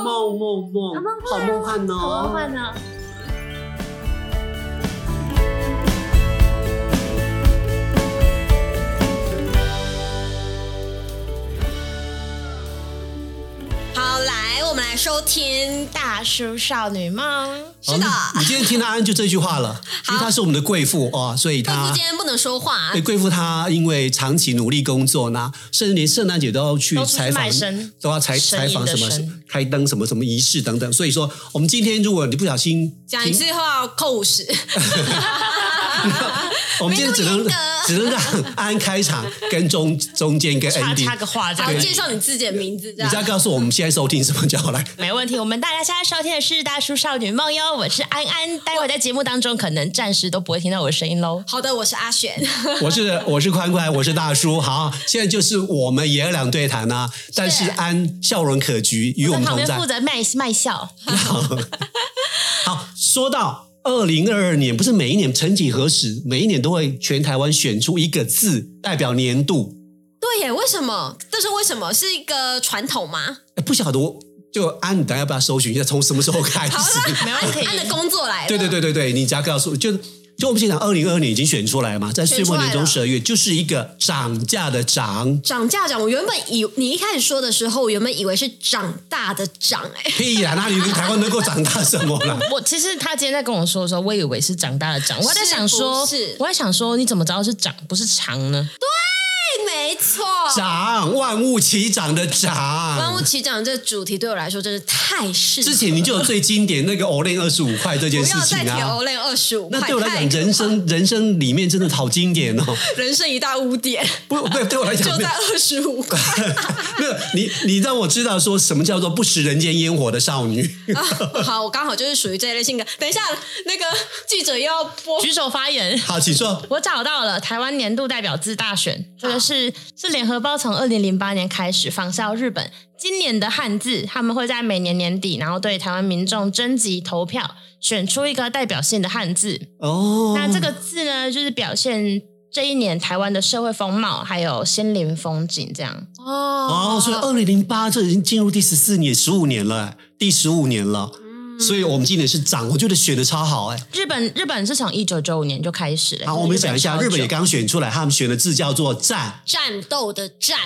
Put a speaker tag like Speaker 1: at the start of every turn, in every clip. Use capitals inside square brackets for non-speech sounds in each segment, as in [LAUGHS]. Speaker 1: 梦梦，
Speaker 2: 梦
Speaker 1: 好梦幻哦，
Speaker 2: 好梦幻呢。
Speaker 3: 好，来，我们来收听大叔少女梦。是的，
Speaker 1: 好你你今天听到安就这句话了，因为她是我们的贵妇哦，所以
Speaker 3: 贵妇
Speaker 1: 她
Speaker 3: 今天不能说话
Speaker 1: 对，贵妇她因为长期努力工作呢，甚至连圣诞节都要去
Speaker 3: 都出去
Speaker 1: 采访
Speaker 3: 卖身，
Speaker 1: 都要采
Speaker 3: 神
Speaker 1: 采
Speaker 3: 隐
Speaker 1: 访
Speaker 3: 的
Speaker 1: 什么
Speaker 3: 神
Speaker 1: 开灯什么什么仪式等等。所以说，我们今天如果你不小心
Speaker 4: 讲一
Speaker 1: 停
Speaker 4: 次话扣五十，
Speaker 1: 我们今天只能
Speaker 3: 没那么
Speaker 1: [LAUGHS] 只能让安开场跟中中间跟
Speaker 3: 插
Speaker 1: 哎 ending，
Speaker 3: 插个话这
Speaker 4: 好
Speaker 3: 样
Speaker 4: 介绍你自己的名字，这
Speaker 1: 你
Speaker 4: 样
Speaker 1: 只要告诉我们现在收听什么就
Speaker 3: [LAUGHS]
Speaker 1: 好来。
Speaker 3: 没问题，我们大家现在收听的是《大叔少女梦》哟，我是安安。待会在节目当中，可能暂时都不会听到我的声音喽。
Speaker 4: 好的，我是阿璇，
Speaker 1: 我是我是宽宽，我是大叔。好，现在就是我们爷俩对谈啊，但是
Speaker 3: 是
Speaker 1: 安笑容可掬，与我们
Speaker 3: 在旁
Speaker 1: 同
Speaker 3: 边
Speaker 1: 在
Speaker 3: 负。责卖卖笑，
Speaker 1: 好，好，啊说到二零二二年，不是每一年，曾几何时，每一年都会全台湾选出一个字代表年度。
Speaker 4: 对耶，为什么？这是为什么？是一个传统吗？
Speaker 1: 哎不晓得我就安，你等一下要不要搜寻一下，从什么时候开始？ [LAUGHS]
Speaker 3: 没问题。
Speaker 4: 按的工作来了，
Speaker 1: 对对对对对，你只要告诉我，就就我们现场二零二二年已经选出来了嘛，在岁
Speaker 4: 选出
Speaker 1: 末
Speaker 4: 来
Speaker 1: 年终
Speaker 4: 了
Speaker 1: 十二月，就是一个涨价的
Speaker 4: [LAUGHS]
Speaker 1: 涨，
Speaker 4: 涨价涨，我原本以你一开始说的时候，我原本以为是长大的长、哎，
Speaker 1: 屁啦，那你台湾能够长大什么
Speaker 4: [LAUGHS]
Speaker 1: 啦？
Speaker 3: 我其实他今天在跟我说的时候，我以为是长大的长，我还在想说，
Speaker 4: 是不是
Speaker 3: 我还想说，你怎么知道是长不是长呢？
Speaker 4: 没错，
Speaker 1: 涨，万物齐涨的涨。
Speaker 4: 万物齐涨这主题对我来说真是太适合。
Speaker 1: 之前你就有最经典那个 Olay 二十五块这件
Speaker 4: 不
Speaker 1: 事
Speaker 4: 要
Speaker 1: 情
Speaker 4: 再提
Speaker 1: 啊。
Speaker 4: 欧 y 二十五块，
Speaker 1: 那对我来
Speaker 4: 太
Speaker 1: 讲，
Speaker 4: 可
Speaker 1: 人生人生里面真的好经典哦！ [LAUGHS]
Speaker 4: 人生一大污点，
Speaker 1: 不，对，对我来
Speaker 4: 就
Speaker 1: 讲，没有
Speaker 4: 在二十五
Speaker 1: [LAUGHS]
Speaker 4: 块。
Speaker 1: 哎没有你，你让我知道说什么叫做不食人间烟火的少女。 [LAUGHS]
Speaker 4: 啊好，我刚好就是属于这一类性格。等一下，那个记者又要播
Speaker 3: 举手发言。
Speaker 1: 好，请说。
Speaker 3: 我找到了台湾年度代表字大选，这个是是联合报从二零零八年开始仿效日本今年的汉字，他们会在每年年底，然后对台湾民众征集投票，选出一个代表性的汉字。
Speaker 1: 哦，
Speaker 3: 那这个字呢，就是表现这一年台湾的社会风貌，还有心灵风景这样。
Speaker 1: 哦，
Speaker 4: 呃
Speaker 1: 所以二零零八这已经进入第十四年、十五年了，第十五年了。
Speaker 4: 嗯
Speaker 1: 所以我们今年是涨，我觉得选的超好哎、
Speaker 3: 日本日本是从一九九五年就开始了。
Speaker 1: 好，我们讲一下，日本也
Speaker 3: 刚
Speaker 1: 刚选出来，他们选的字叫做“战
Speaker 4: 战斗的战，”，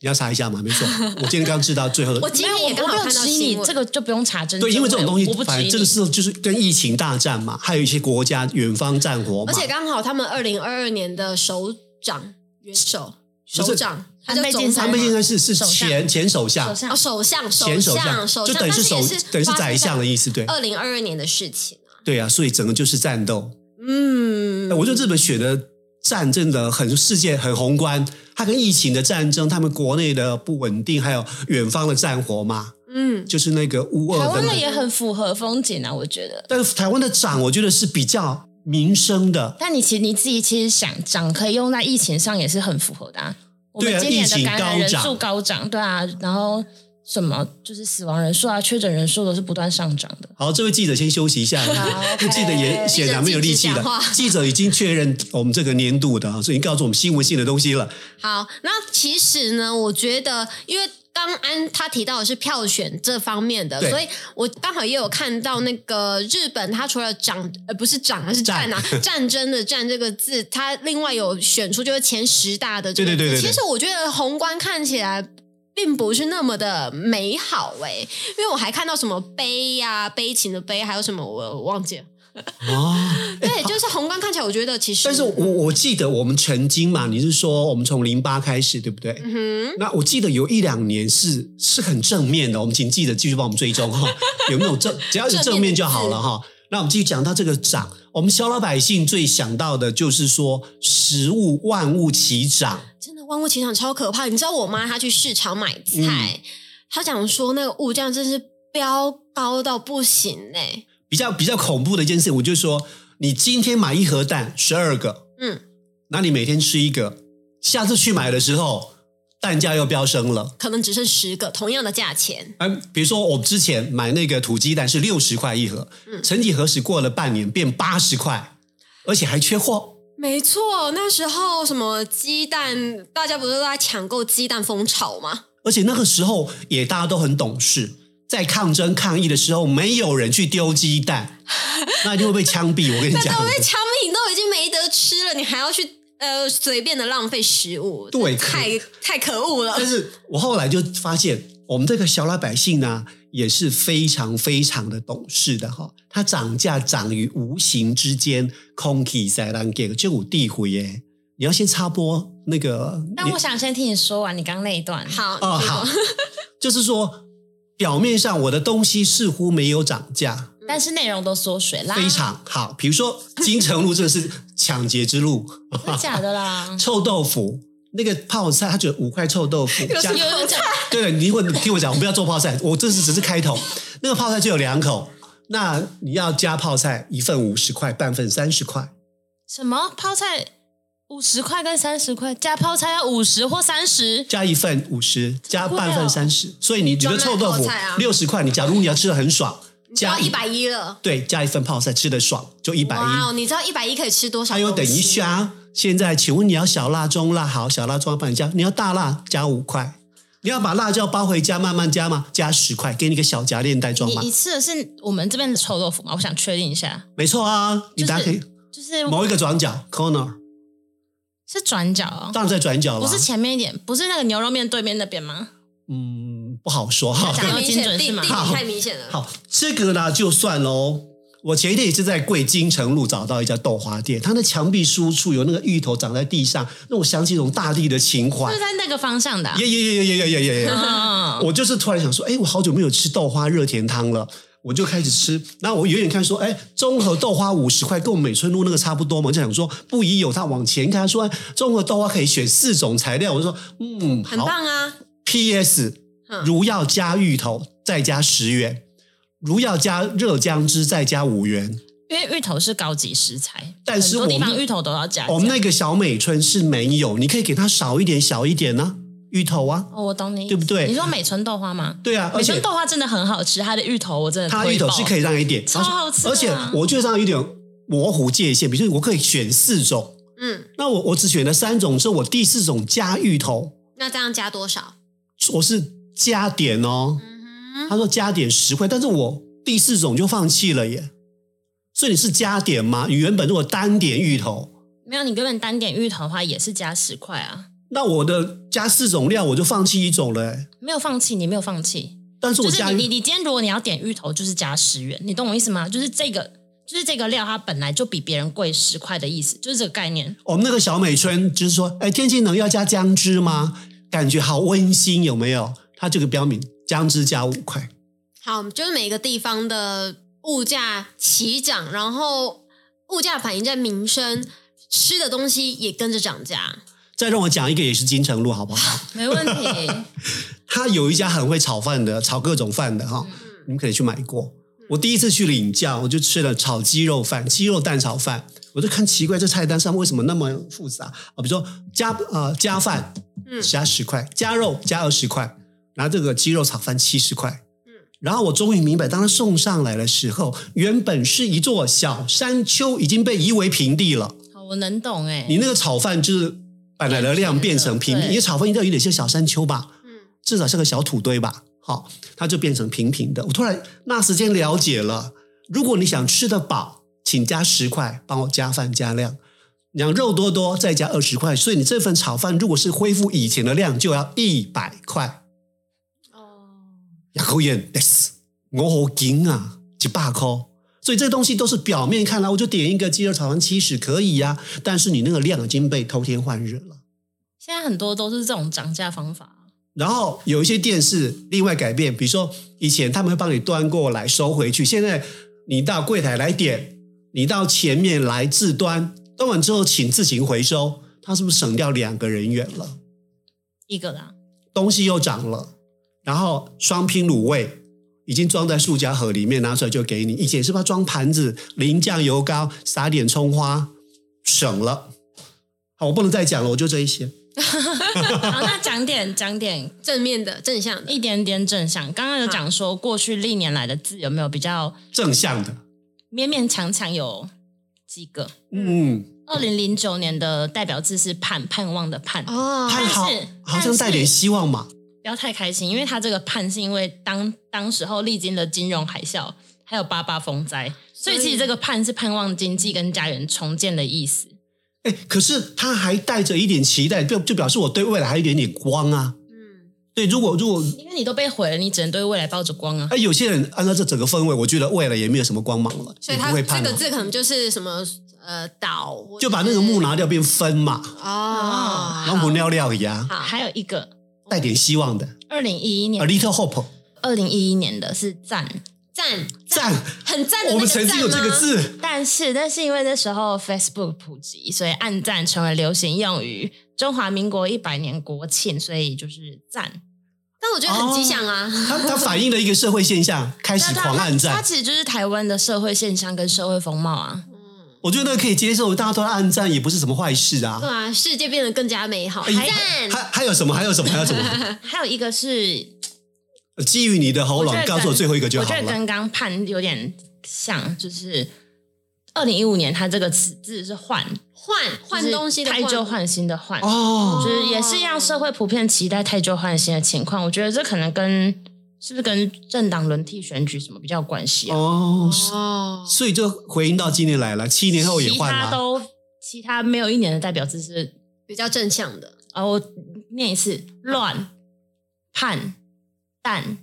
Speaker 1: 你要查一下嘛？没错，我今天刚知道最后的。
Speaker 4: [LAUGHS] 我今
Speaker 3: 没有
Speaker 4: 天
Speaker 3: 我
Speaker 4: 也刚
Speaker 3: 我
Speaker 4: 好
Speaker 3: 没有
Speaker 4: 看到
Speaker 3: 质疑
Speaker 4: 新
Speaker 3: 你，
Speaker 4: 闻，
Speaker 3: 这个就不用查真
Speaker 1: 对，因为这种东西
Speaker 3: 我不，质
Speaker 1: 反
Speaker 3: 疑
Speaker 1: 正这个
Speaker 3: 你
Speaker 1: 是就是跟疫情大战嘛，还有一些国家远方战火嘛。
Speaker 4: 而且刚好他们二零二二年的首长元首
Speaker 1: 不是
Speaker 4: 首长，他就
Speaker 3: 安倍
Speaker 4: 总
Speaker 3: 晋
Speaker 4: 裁
Speaker 3: 三
Speaker 1: 安倍
Speaker 4: 嘛
Speaker 1: 晋三是是
Speaker 3: 首相
Speaker 1: 前前首相
Speaker 3: 手，上
Speaker 4: 哦，首相，
Speaker 1: 前首
Speaker 4: 相，首
Speaker 1: 就
Speaker 4: 相，
Speaker 1: 等于
Speaker 4: 但
Speaker 1: 首
Speaker 4: 也
Speaker 1: 等于是宰相的意思，对
Speaker 4: 二零二二年的事情啊
Speaker 1: 对啊，所以整个就是战斗。
Speaker 4: 嗯
Speaker 1: 呃，我觉得日本选的战争的很世界很宏观，它跟疫情的战争，他们国内的不稳定，还有远方的战火嘛，
Speaker 4: 嗯，
Speaker 1: 就是那个乌
Speaker 3: 台
Speaker 1: 俄
Speaker 3: 湾
Speaker 1: 等
Speaker 3: 的
Speaker 1: 等。
Speaker 3: 也很符合风景啊，我觉得。
Speaker 1: 但是台湾的涨，我觉得是比较民生的，
Speaker 3: 但你其实你自己其实想涨，可以用在疫情上也是很符合的、啊。我
Speaker 1: 对
Speaker 3: 们
Speaker 1: 啊
Speaker 3: 今年
Speaker 1: 疫
Speaker 3: 的
Speaker 1: 情
Speaker 3: 感染人
Speaker 1: 高涨
Speaker 3: 数高涨，对啊，然后什么就是死亡人数啊、确诊人数都是不断上涨的。
Speaker 1: 好，这位记者先休息一下， [LAUGHS] 记者也显然没有力气
Speaker 4: 记者禁止讲
Speaker 1: 了。
Speaker 4: 话
Speaker 1: 记者已经确认我们这个年度的啊，所以已经告诉我们新闻性的东西了。
Speaker 4: 好，那其实呢，我觉得，因为刚安他提到的是票选这方面的，
Speaker 1: 对
Speaker 4: 所以我刚好也有看到那个日本，它除了长呃不是长而是战啊战争的战这个字，它另外有选出就是前十大的这个字。
Speaker 1: 对对对对
Speaker 4: 其
Speaker 1: 对
Speaker 4: 实我觉得宏观看起来。并不是那么的美好哎、因为我还看到什么悲呀、悲情的悲，还有什么我忘记了。
Speaker 1: 哦，
Speaker 4: 对，就是宏观看起来，我觉得其实，
Speaker 1: 但是我我记得我们曾经嘛，你是说我们从零八开始，对不对？
Speaker 4: 嗯
Speaker 1: 那我记得有一两年是是很正面的，我们请记得继续帮我们追踪哈、有没有正只要是正面就好了哈、那我们继续讲到这个涨，我们小老百姓最想到的就是说食物万物齐涨，
Speaker 4: 真的万物齐涨超可怕。你知道我妈她去市场买
Speaker 1: 嗯
Speaker 4: 菜，她讲说那个物价真是飙高到不行嘞、
Speaker 1: 比较比较恐怖的一件事，我就说你今天买一盒蛋十二个，
Speaker 4: 嗯，
Speaker 1: 那你每天吃一个，下次去买的时候蛋价又飙升了。
Speaker 4: 可能只剩十个，同样的价钱，
Speaker 1: 嗯，比如说我之前买那个土鸡蛋是六十块一盒，
Speaker 4: 嗯
Speaker 1: 曾几何时过了半年变八十块，而且还缺货。
Speaker 4: 没错。那时候什么鸡蛋，大家不是都在抢购鸡蛋风潮吗？
Speaker 1: 而且那个时候也大家都很懂事，在抗争抗议的时候，没有人去丢
Speaker 4: [LAUGHS]
Speaker 1: 鸡蛋，那就会被枪毙。我跟你
Speaker 4: 那
Speaker 1: 讲
Speaker 4: 都，被抢哎品都已经没得吃了，你还要去呃随便的浪费食物，
Speaker 1: 对
Speaker 4: 这太太可恶了
Speaker 1: 但。是我后来就发现，我们这个小老百姓呢、也是非常非常的懂事的哈、它涨价涨于无形之间，空气在浪给就有地回耶。你要先插播那个，
Speaker 3: 但我想先听你说完你刚刚那一段。
Speaker 4: 好
Speaker 1: 哦，
Speaker 4: 结果
Speaker 1: 好，就是说表面上我的东西似乎没有涨价，
Speaker 3: 但是内容都缩水啦，
Speaker 1: 非常好。比
Speaker 4: [LAUGHS]
Speaker 1: 如说金城路，这个是抢劫之路，。
Speaker 3: 真的假的啦
Speaker 1: 臭豆腐那个泡菜，他觉得五块臭豆腐加
Speaker 3: 有有讲，
Speaker 1: 对了，你问听我讲，我们不要做泡菜，我这是只是开头。那个泡菜就有两口，那你要加泡菜一份五十块，半份三十块。
Speaker 3: 什么泡菜五十块跟三十块，加泡菜要五十或三十，
Speaker 1: 加一份五十，加
Speaker 4: 哦
Speaker 1: 半份三十，所以你你的臭豆
Speaker 4: 专门
Speaker 1: 腐
Speaker 4: 泡菜啊
Speaker 1: 六十块，你假如你要吃的很爽，
Speaker 4: 只要
Speaker 1: 加
Speaker 4: 一百一了。
Speaker 1: 对，加一份泡菜吃的爽就一百
Speaker 4: 哇哦，
Speaker 1: 一。
Speaker 4: 你知道一百一可以吃多少？
Speaker 1: 还有等一，下，现在请问你要小辣、中辣？好，小辣、中辣帮你加，你要大辣加五块，你要把辣椒包回家慢慢加吗？加十块，给你个小夹链袋装
Speaker 3: 你
Speaker 1: 吗
Speaker 3: 你？吃的是我们这边的臭豆腐吗？我想确定一下，
Speaker 1: 没错啊，你大家可以
Speaker 3: 就是
Speaker 1: 某一个转角 corner。
Speaker 3: 是转角哦，
Speaker 1: 当然在转角
Speaker 3: 不
Speaker 1: 了，
Speaker 3: 是前面一点，不是那个牛肉面对面那边吗？
Speaker 1: 嗯，不好说哈
Speaker 3: 他。讲
Speaker 4: 太
Speaker 3: 到
Speaker 4: 明
Speaker 3: 精
Speaker 4: 显，
Speaker 3: 准
Speaker 4: 地
Speaker 3: 是
Speaker 4: 地
Speaker 3: 吗？
Speaker 4: 理
Speaker 1: 好
Speaker 4: 太明显了。
Speaker 1: [LAUGHS] 好，这个呢就算喽。我前一天也是在贵金城路找到一家豆花店，它的墙壁输出有那个芋头长在地上，那我想起一种大地的情怀
Speaker 3: 就是。在那个方向的啊、
Speaker 1: 耶耶耶耶耶耶耶耶！
Speaker 3: 嗯，
Speaker 1: 我就是突然想说，哎，我好久没有吃豆花热甜汤了，我就开始吃。然后我远远看说，哎，综合豆花五十块，跟我们美村路那个差不多嘛。我就想说，不宜有它往前看，他说哎综合豆花可以选四种材料。我就说，嗯，
Speaker 4: 很
Speaker 1: 好
Speaker 4: 棒啊！
Speaker 1: P.S.
Speaker 4: 嗯
Speaker 1: 如要加芋头，再加十元；如要加热姜汁，再加五元。
Speaker 3: 因为芋头是高级食材，
Speaker 1: 但是
Speaker 3: 很多地
Speaker 1: 我们哦
Speaker 3: 方芋头都要加
Speaker 1: 我们
Speaker 3: 价
Speaker 1: 那个小美村是没有，你可以给它少一点，少一点呢、芋头啊，
Speaker 3: 哦，我懂你，
Speaker 1: 对不对
Speaker 3: 你说美村豆花吗？
Speaker 1: 对啊，而
Speaker 3: 美
Speaker 1: 且
Speaker 3: 村豆花真的很好吃，它的芋头我真的
Speaker 1: 它芋头是可
Speaker 3: 以
Speaker 1: 以让你点，
Speaker 3: 超好吃的啊
Speaker 1: 而且我觉得这样有点模糊界限，比如说我可以选四种，
Speaker 4: 嗯，
Speaker 1: 那我我只选了三种，之后我第四种加芋头，
Speaker 4: 那这样加多少？
Speaker 1: 我是加点哦。
Speaker 4: 嗯哼，
Speaker 1: 他说加点十块，但是我第四种就放弃了耶。所以你是加点吗？你原本如果单点芋头，
Speaker 3: 没有，你根本单点芋头的话也是加十块啊，
Speaker 1: 那我的加四种料我就放弃一种了耶。
Speaker 3: 没有放弃，你没有放弃，
Speaker 1: 但是我
Speaker 3: 就是
Speaker 1: 加
Speaker 3: 你你你今天如果你要点芋头，就是加十元，你懂我意思吗？就是这个就是这个料它本来就比别人贵十块的意思，就是这个概念。
Speaker 1: 我们哦那个小美村就是说，哎，天气冷要加姜汁吗？感觉好温馨，有没有？它这个标明姜汁加五块，
Speaker 4: 好，就是每个地方的物价齐涨，然后物价反映在民生，吃的东西也跟着涨价。
Speaker 1: 再让我讲一个也是金城路好不好？
Speaker 3: 没问题， [LAUGHS]
Speaker 1: 他有一家很会炒饭的，炒各种饭的
Speaker 4: 嗯
Speaker 1: 哈、你们可以去买过。我第一次去领教，我就吃了炒鸡肉饭、鸡肉蛋炒饭，我就看奇怪这菜单上为什么那么复杂啊？比如说加呃加饭，
Speaker 4: 嗯
Speaker 1: 加十块，加肉加二十块，然后这个鸡肉炒饭七十块。
Speaker 4: 嗯
Speaker 1: 然后我终于明白，当它送上来的时候，原本是一座小山丘，已经被夷为平地了。
Speaker 3: 好，我能懂哎、
Speaker 1: 你那个炒饭就是本来的量变成平地，
Speaker 3: 对
Speaker 1: 你的炒饭应该有点像小山丘吧？
Speaker 4: 嗯，
Speaker 1: 至少像个小土堆吧。好、它就变成平平的。我突然那时间了解了，如果你想吃得饱，请加十块，帮我加饭加量。你想肉多多，再加二十块，所以你这份炒饭如果是恢复以前的量，就要一百块。
Speaker 4: 哦，
Speaker 1: 牙口眼 s 我好惊啊，几百块。所以这东西都是表面看来，我就点一个鸡肉炒饭七十可以呀、但是你那个量已经被偷天换日了。
Speaker 3: 现在很多都是这种涨价方法。
Speaker 1: 然后有一些店是另外改变，比如说以前他们会帮你端过来收回去，现在你到柜台来点，你到前面来自端，端完之后请自行回收，他是不是省掉两个人员了？
Speaker 3: 一个啦，
Speaker 1: 东西又涨了，然后双拼卤味已经装在塑胶盒里面，拿出来就给你。以前是不是要装盘子，淋酱油膏，撒点葱花，省了。好，我不能再讲了，我就这一些。
Speaker 3: [LAUGHS] 好，那讲点讲点
Speaker 4: 正面的、正向的，
Speaker 3: 一点点正向。刚刚有讲说过去历年来的字有没有比较
Speaker 1: 正向的，
Speaker 3: 勉勉强强有几个？
Speaker 1: 嗯。
Speaker 3: 二零零九年的代表字是盼，盼望的盼。
Speaker 4: 哦
Speaker 1: 他
Speaker 3: 但是
Speaker 1: 好，好像
Speaker 3: 但是
Speaker 1: 带点希望嘛。
Speaker 3: 不要太开心，因为他这个判是因为当当时候历经了金融海啸，还有八八风灾，所以
Speaker 4: 所以
Speaker 3: 其实这个判是盼望经济跟家园重建的意思。
Speaker 1: 哎，可是他还带着一点期待，就就表示我对未来还有一点点光啊。
Speaker 4: 嗯，
Speaker 1: 对，如果如果
Speaker 3: 因为你都被毁了，你只能对未来抱着光啊。
Speaker 1: 哎，有些人按照这整个氛围，我觉得未来也没有什么光芒了，
Speaker 4: 所以
Speaker 1: 也
Speaker 4: 它
Speaker 1: 不会盼
Speaker 4: 这
Speaker 1: 了
Speaker 4: 个字可能就是什么呃岛，或者
Speaker 1: 就把那个木拿掉变分嘛，
Speaker 4: 是哦，
Speaker 1: 然后不尿尿一样，
Speaker 4: 好，
Speaker 3: 还有一个，
Speaker 1: 带点希望的
Speaker 3: 二零一一
Speaker 1: ，a
Speaker 3: 年，
Speaker 1: little hope，
Speaker 3: 二零一一年的是赞，
Speaker 4: 赞，
Speaker 1: 赞，
Speaker 4: 很赞的那个
Speaker 1: 我们曾经有这个
Speaker 4: 赞吗，
Speaker 1: 字，
Speaker 3: 但是但是因为那时候 Facebook 普及，所以按赞成为流行用语。中华民国一百年国庆，所以就是赞。
Speaker 4: 但我觉得很吉祥啊。
Speaker 1: 它它反映了一个社会现象，开始
Speaker 3: 那它
Speaker 1: 狂按
Speaker 3: 它
Speaker 1: 赞。
Speaker 3: 其实就是台湾的社会现象跟社会风貌啊。
Speaker 4: 嗯
Speaker 1: 我觉得那个可以接受，大家都在按赞也不是什么坏事
Speaker 4: 对
Speaker 1: 啊。
Speaker 4: 啊，世界变得更加美好。
Speaker 1: 哎
Speaker 4: 赞，
Speaker 1: 还还有什么？还有什么？还有什么？
Speaker 3: 还有一个是，
Speaker 1: 呃基于你的喉
Speaker 3: 我觉
Speaker 1: 咙，
Speaker 3: 得
Speaker 1: 告诉我
Speaker 3: 跟
Speaker 1: 最后一个就
Speaker 3: 我
Speaker 1: 好
Speaker 3: 觉得
Speaker 1: 了。
Speaker 3: 跟刚判有点像，就是二零一五年它这个词字是换
Speaker 4: 换换东西的
Speaker 3: 就是
Speaker 4: 换，
Speaker 3: 太旧换新的换，
Speaker 1: 哦，
Speaker 3: 就是也是让社会普遍期待太旧换新的情况。我觉得这可能跟是不是跟政党轮替选举什么比较有关系啊？
Speaker 1: 哦，
Speaker 4: 哦，
Speaker 1: 所以就回应到今年来了，七年后也
Speaker 3: 其
Speaker 1: 换
Speaker 3: 他
Speaker 1: 了。
Speaker 3: 都其他没有一年的代表字是
Speaker 4: 比较正向的。
Speaker 3: 啊，我念一次：乱、判、淡。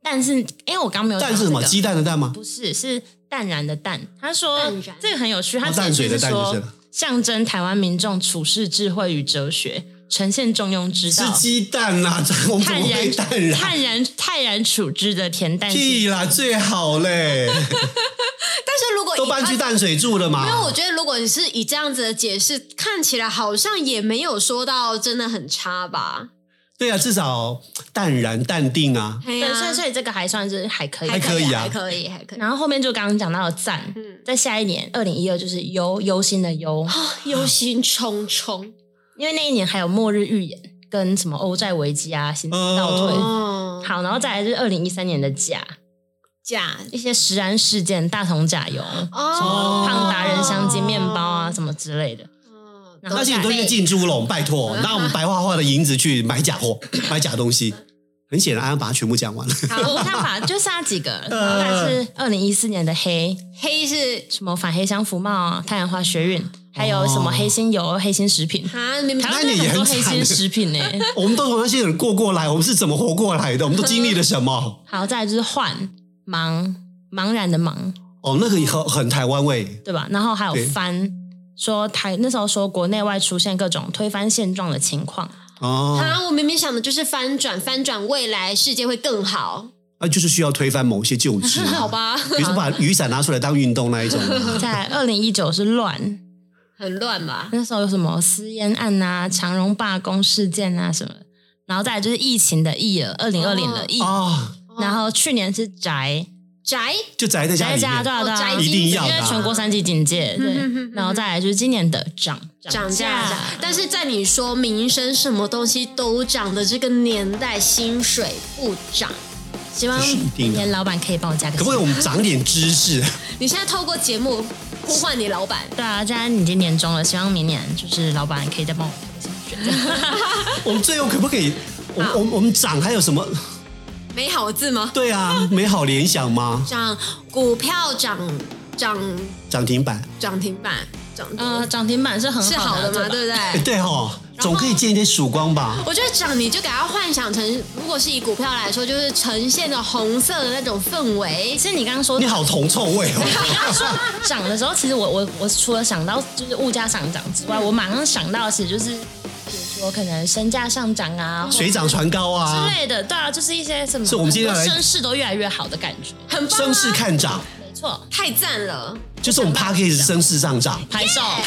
Speaker 3: 但是，因为我刚没有讲
Speaker 1: 蛋是什么？
Speaker 3: 这个
Speaker 1: 鸡蛋的蛋吗？
Speaker 3: 不是，是淡然的淡。他说
Speaker 4: 淡然
Speaker 3: 这个很有趣，他
Speaker 1: 哦
Speaker 3: 解释
Speaker 1: 淡水的淡就是
Speaker 3: 说
Speaker 1: 了
Speaker 3: 象征台湾民众处世智慧与哲学，呈现中庸之
Speaker 1: 是
Speaker 3: 道，
Speaker 1: 鸡蛋啦，这 [LAUGHS] 我们怎
Speaker 3: 泰
Speaker 1: 么会
Speaker 3: 然
Speaker 1: 淡然？
Speaker 3: 泰然泰然处之的恬淡性。
Speaker 1: 屁啦，最好嘞，
Speaker 3: [LAUGHS]
Speaker 4: 但是如果
Speaker 1: 都
Speaker 4: 以
Speaker 1: 搬去啊淡水住了嘛。
Speaker 4: 因为我觉得，如果你是以这样子的解释，看起来好像也没有说到真的很差吧？
Speaker 1: 对啊，至少淡然淡定啊。
Speaker 4: 对
Speaker 3: 对，所以所以这个还算是还可以。
Speaker 1: 还可以啊
Speaker 4: 还可以，还可以。
Speaker 3: 然后后面就刚刚讲到的赞，
Speaker 4: 嗯，
Speaker 3: 在下一年二零一二就是忧忧心的忧，
Speaker 4: 啊，忧心忡忡。
Speaker 3: 因为那一年还有末日预言跟什么欧债危机啊、薪资倒退。
Speaker 1: 嗯
Speaker 4: 哦，
Speaker 3: 好，然后再来就是二零一三年的假，
Speaker 4: 假
Speaker 3: 一些食安事件、大同假油、
Speaker 4: 哦，
Speaker 3: 胖达人香精面包啊，什么之类的。
Speaker 4: 嗯，
Speaker 3: 然后
Speaker 1: 那些
Speaker 3: 再
Speaker 1: 都是进猪笼，拜托，
Speaker 3: 嗯
Speaker 1: 拿我们白花花的银子去买假货、买假东西。很显然，安安把它全部讲完了。 [LAUGHS]
Speaker 3: 好，我看法就剩下几
Speaker 1: 呃
Speaker 3: 个，然后再是二零一四年的黑，
Speaker 4: 黑是
Speaker 3: 什么反黑箱服贸啊、太阳花学运，还有什么黑心油、黑心食品。
Speaker 4: 啊，你们
Speaker 3: 台
Speaker 1: 哦 [LAUGHS]
Speaker 3: 湾
Speaker 1: 那
Speaker 3: 真
Speaker 1: 你
Speaker 3: 的
Speaker 1: 也
Speaker 3: 很多
Speaker 1: 很
Speaker 3: 黑
Speaker 1: 惨
Speaker 3: 心食品呢、欸
Speaker 1: [LAUGHS] 我们都从那些人过过来，我们是怎么活过来的？我们都经历了什么？
Speaker 3: 好，再来就是换茫茫然的茫，
Speaker 1: 哦，那个也很很台湾味。
Speaker 3: 对吧？然后还有
Speaker 1: 对
Speaker 3: 翻，说台那时候说国内外出现各种推翻现状的情
Speaker 1: [LAUGHS]
Speaker 3: 况，
Speaker 1: 哦，
Speaker 4: 啊，我明明想的就是翻转，翻转未来世界会更好，
Speaker 1: 那就是需要推翻某些旧制、啊，
Speaker 4: 好？吧？
Speaker 1: 比如说把雨伞拿出来当运动那一种
Speaker 3: [LAUGHS]
Speaker 1: 啊、
Speaker 3: 在二零一九是乱，
Speaker 4: 很乱吧？
Speaker 3: 那时候有什么私烟案啊、长荣罢工事件啊什么的，然后再来就是疫情的疫了，二零二零的疫，
Speaker 1: 哦，
Speaker 3: 然后去年是宅
Speaker 4: 宅
Speaker 1: 就宅在家
Speaker 3: 宅
Speaker 1: 里
Speaker 3: 家
Speaker 1: 面。
Speaker 3: 对啊
Speaker 4: 哦
Speaker 3: 对啊，
Speaker 4: 宅
Speaker 1: 一定
Speaker 4: 经济
Speaker 1: 要的
Speaker 3: 因
Speaker 1: 啊
Speaker 3: 为全国三级警戒，对，
Speaker 4: 嗯哼哼哼
Speaker 3: 然后再来就是今年的涨
Speaker 4: 涨价
Speaker 3: 价，
Speaker 4: 但是在你说民生什么东西都涨的这个年代，薪水不涨。
Speaker 3: 希望
Speaker 1: 这是一定
Speaker 3: 明
Speaker 1: 的
Speaker 3: 年老板可以帮我加个
Speaker 1: 可不可以我
Speaker 3: 薪
Speaker 1: 们长点知识？
Speaker 4: 你现在透过节目呼唤你老
Speaker 3: [LAUGHS]
Speaker 4: 板， [LAUGHS]
Speaker 3: 对啊，现在已经年终了，希望明年就是老板可以再帮我加个薪水。
Speaker 1: 我们最后可不可以？我们
Speaker 4: 好
Speaker 1: 我们我们长还有什么？
Speaker 4: 美好字吗？
Speaker 1: 对啊，美好联想吗？
Speaker 4: 涨股票涨涨
Speaker 1: 涨停板，
Speaker 4: 涨停板涨多、
Speaker 3: 呃，涨停板是很
Speaker 4: 嗯是好
Speaker 3: 好
Speaker 4: 的嘛？
Speaker 3: 吧
Speaker 4: 对不
Speaker 1: 哎，
Speaker 4: 对？
Speaker 1: 对哦，总可以见一点曙光吧？
Speaker 4: [LAUGHS] 我觉得涨你就给它幻想成，如果是以股票来说，就是呈现的红色的那种氛围。
Speaker 3: 其实你刚刚说
Speaker 1: 你好铜臭味哦！
Speaker 3: [LAUGHS] 涨的时候，其实我我我除了想到就是物价上涨之外，
Speaker 4: 嗯
Speaker 3: 我马上想到的其实就是，比如说可能身价上涨啊
Speaker 4: 嗯
Speaker 1: 水涨船高啊
Speaker 3: 之，类的，对啊，就是一些什么，
Speaker 1: 是我们接下来
Speaker 3: 声势都越来越好的感觉，
Speaker 4: 很棒、
Speaker 1: 声势
Speaker 4: 啊，
Speaker 1: 看涨，
Speaker 3: 没错，
Speaker 4: 太赞了！
Speaker 1: 就是我们 p a c k a g e 声势上涨。
Speaker 3: 拍手，
Speaker 4: 哎